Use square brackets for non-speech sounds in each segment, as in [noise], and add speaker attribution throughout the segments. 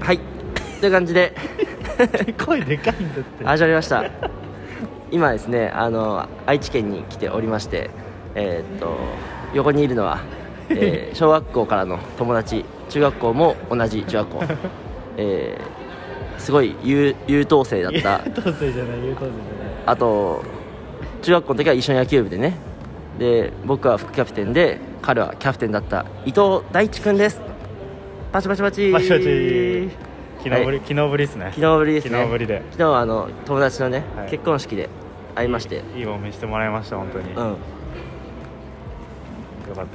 Speaker 1: はいという感じで
Speaker 2: [laughs] 声でかいんだって
Speaker 1: 始まりました今ですねあの愛知県に来ておりましてえーっと横にいるのは、えー小学校からの友達中学校も同じ中学校えーすごい優優等生だった
Speaker 2: 優等生じゃない優等生じゃない
Speaker 1: あと中学校の時は一緒に野球部でねで僕は副キャプテンで彼はキャプテンだった伊藤大地君ですパチパチパチ
Speaker 2: パチパチ昨日ぶり、
Speaker 1: はい
Speaker 2: 昨日ぶりですね
Speaker 1: 昨日ぶりですね
Speaker 2: 昨日ぶりで
Speaker 1: 昨日はあの友達のね、
Speaker 2: はい
Speaker 1: 結婚式で会いまして
Speaker 2: いいいお見してもらいました本当に、
Speaker 1: うん、ま
Speaker 2: よかったね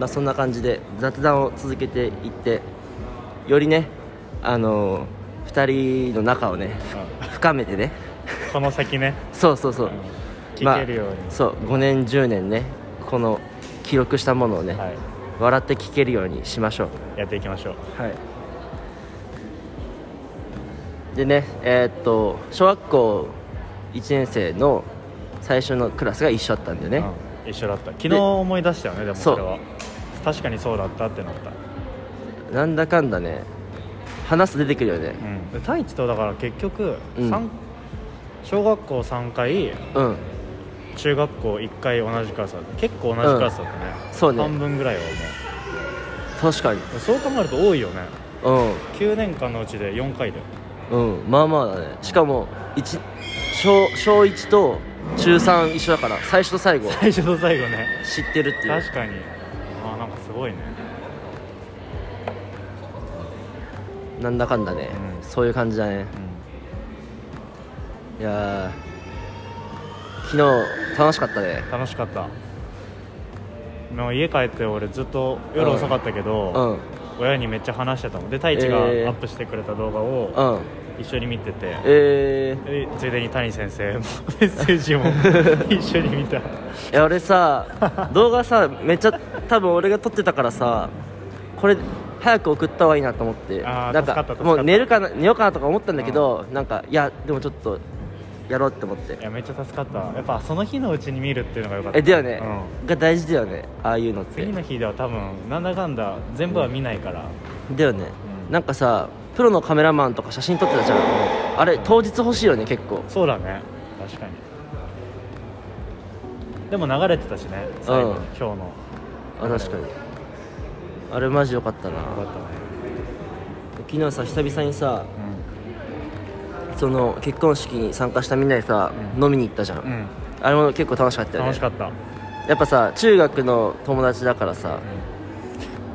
Speaker 1: あ、そんな感じで雑談を続けていってよりねあの2人の仲をね
Speaker 2: う
Speaker 1: 深めてね
Speaker 2: んこの先ね
Speaker 1: そうそうそう
Speaker 2: うん聞けるように、
Speaker 1: まあ、そう5年10年ねこの記録したものをね、
Speaker 2: はい
Speaker 1: 笑って聞けるようにしましょう
Speaker 2: やっていきましょう
Speaker 1: はいでねえーっと小学校1年生の最初のクラスが一緒だったんだよね、
Speaker 2: うん一緒だった昨日思い出したよねでも
Speaker 1: そう
Speaker 2: それは確かにそうだったってなった
Speaker 1: なんだかんだね話すと出てくるよね
Speaker 2: うん太一とだから結局、
Speaker 1: うん
Speaker 2: 三小学校3回
Speaker 1: うん
Speaker 2: 中学校1回同じクラスだった結構同じクラスだったね、
Speaker 1: そうね
Speaker 2: 半分ぐらいはも
Speaker 1: 確かに
Speaker 2: うそう考えると多いよね
Speaker 1: う
Speaker 2: 9年間のうちで4回だよ
Speaker 1: んうんまあまあだねしかも一小小1と中3一緒だから最初と最後
Speaker 2: 最初と最後ね
Speaker 1: 知ってるっていう
Speaker 2: 確かにあなんかすごいね
Speaker 1: なんだかんだね、
Speaker 2: うん
Speaker 1: そういう感じだねいやー昨日楽しかったね
Speaker 2: 楽しかったもう家帰って俺ずっと夜遅かったけど、
Speaker 1: うん
Speaker 2: 親にめっちゃ話してたもんで太一がア
Speaker 1: えー
Speaker 2: ップしてくれた動画を
Speaker 1: うん
Speaker 2: 一緒に見てて、
Speaker 1: え
Speaker 2: でついでに谷先生の [laughs] メッセージも
Speaker 1: [laughs]
Speaker 2: 一緒に見た
Speaker 1: ー、いや俺さ動画さめっちゃ多分俺が撮ってたからさこれ早く送った方がいいなと思って
Speaker 2: あー
Speaker 1: なん
Speaker 2: 助かった助かっ
Speaker 1: も
Speaker 2: た
Speaker 1: う寝るかな寝ようかなとか思ったんだけど、なんかいやでもちょっとやろうって思って
Speaker 2: いやめっちゃ助かったやっぱその日のうちに見るっていうのが良かった
Speaker 1: えだよね、
Speaker 2: うん
Speaker 1: が大事だよねああいうのっ
Speaker 2: 次
Speaker 1: て
Speaker 2: の日では多分なんだかんだ全部は見ないから、
Speaker 1: だよね、
Speaker 2: うん
Speaker 1: なんかさプロのカメラマンとか写真撮ってたじゃんあれ当日欲しいよね結構
Speaker 2: そうだね確かにでも流れてたしね最後
Speaker 1: うん
Speaker 2: に、今日の
Speaker 1: あ確かにあれマジ良かったな
Speaker 2: よかったね、
Speaker 1: 昨日さ久々にさその結婚式に参加したみんなでさ、
Speaker 2: うん
Speaker 1: 飲みに行ったじゃん、
Speaker 2: うん、うん
Speaker 1: あれも結構楽しかったよね
Speaker 2: 楽しかった、
Speaker 1: やっぱさ中学の友達だからさ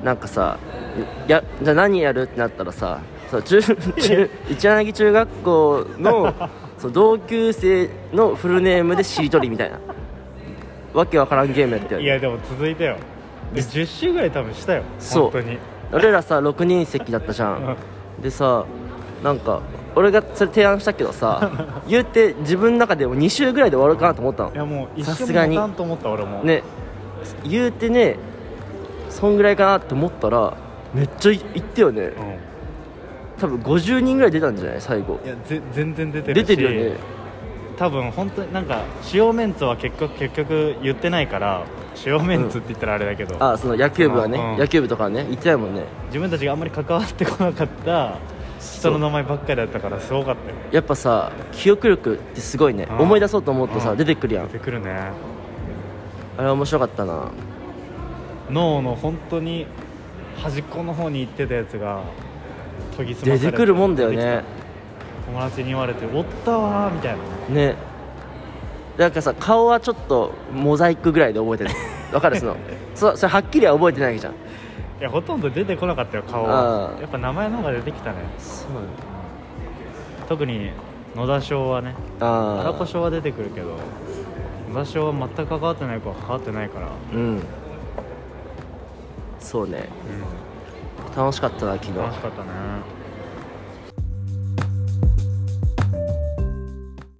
Speaker 2: う
Speaker 1: なんかさやじゃあ何やるってなったらさそう
Speaker 2: [laughs]
Speaker 1: 中中一柳中学校のそう同級生のフルネームでしりとりみたいなわけわからんゲームやったよ
Speaker 2: ん
Speaker 1: ね
Speaker 2: いやでも続いたよで10周ぐらい多分したよ
Speaker 1: そう
Speaker 2: 本当に
Speaker 1: 俺らさ6人席だったじゃんでさなんか俺がそれ提案したけど
Speaker 2: [laughs]
Speaker 1: さ言うて自分の中でも2週ぐらいで終わるかなと思ったの
Speaker 2: いやもう一
Speaker 1: さ
Speaker 2: 瞬
Speaker 1: す
Speaker 2: も
Speaker 1: がに
Speaker 2: たんと思った俺も
Speaker 1: ね言うてねそんぐらいかなって思ったらめっちゃいいったよね
Speaker 2: う
Speaker 1: 多分50人ぐらい出たんじゃない最後
Speaker 2: んいやぜ全然出てる
Speaker 1: 出
Speaker 2: して
Speaker 1: るよね
Speaker 2: 多分本当になんか主要メンツは結局結局言ってないから主要メンツって言ったらあれだけど、
Speaker 1: あその野球部はね、
Speaker 2: うん
Speaker 1: 野球部とかはね行ってないもんね
Speaker 2: 自分たちがあんまり関わってこなかった人の名前ばっかりだったからすごかったよ
Speaker 1: やっぱさ記憶力ってすごいね、
Speaker 2: うん
Speaker 1: 思い出そうと思うとさ、
Speaker 2: うん
Speaker 1: 出てくるやん
Speaker 2: 出てくるね
Speaker 1: あれ面白かったな
Speaker 2: 脳の本当に端っこの方に行ってたやつが研ぎ澄ま
Speaker 1: 出
Speaker 2: され
Speaker 1: てくるもんだよね
Speaker 2: 友達に言われて「おったわ」みたいな
Speaker 1: ねなんかさ顔はちょっとモザイクぐらいで覚えてるわかるそ
Speaker 2: [laughs]
Speaker 1: のそそれはっきりは覚えてないわけじゃん
Speaker 2: いやほとんど出てこなかったよ顔は
Speaker 1: ああ
Speaker 2: やっぱ名前の方が出てきたね
Speaker 1: そう
Speaker 2: 特に野田翔はね
Speaker 1: あ
Speaker 2: 荒
Speaker 1: あ
Speaker 2: 子翔は出てくるけど野田翔は全く関わってない子は関わってないから、
Speaker 1: うんそうね楽しかったな昨日
Speaker 2: 楽しかったね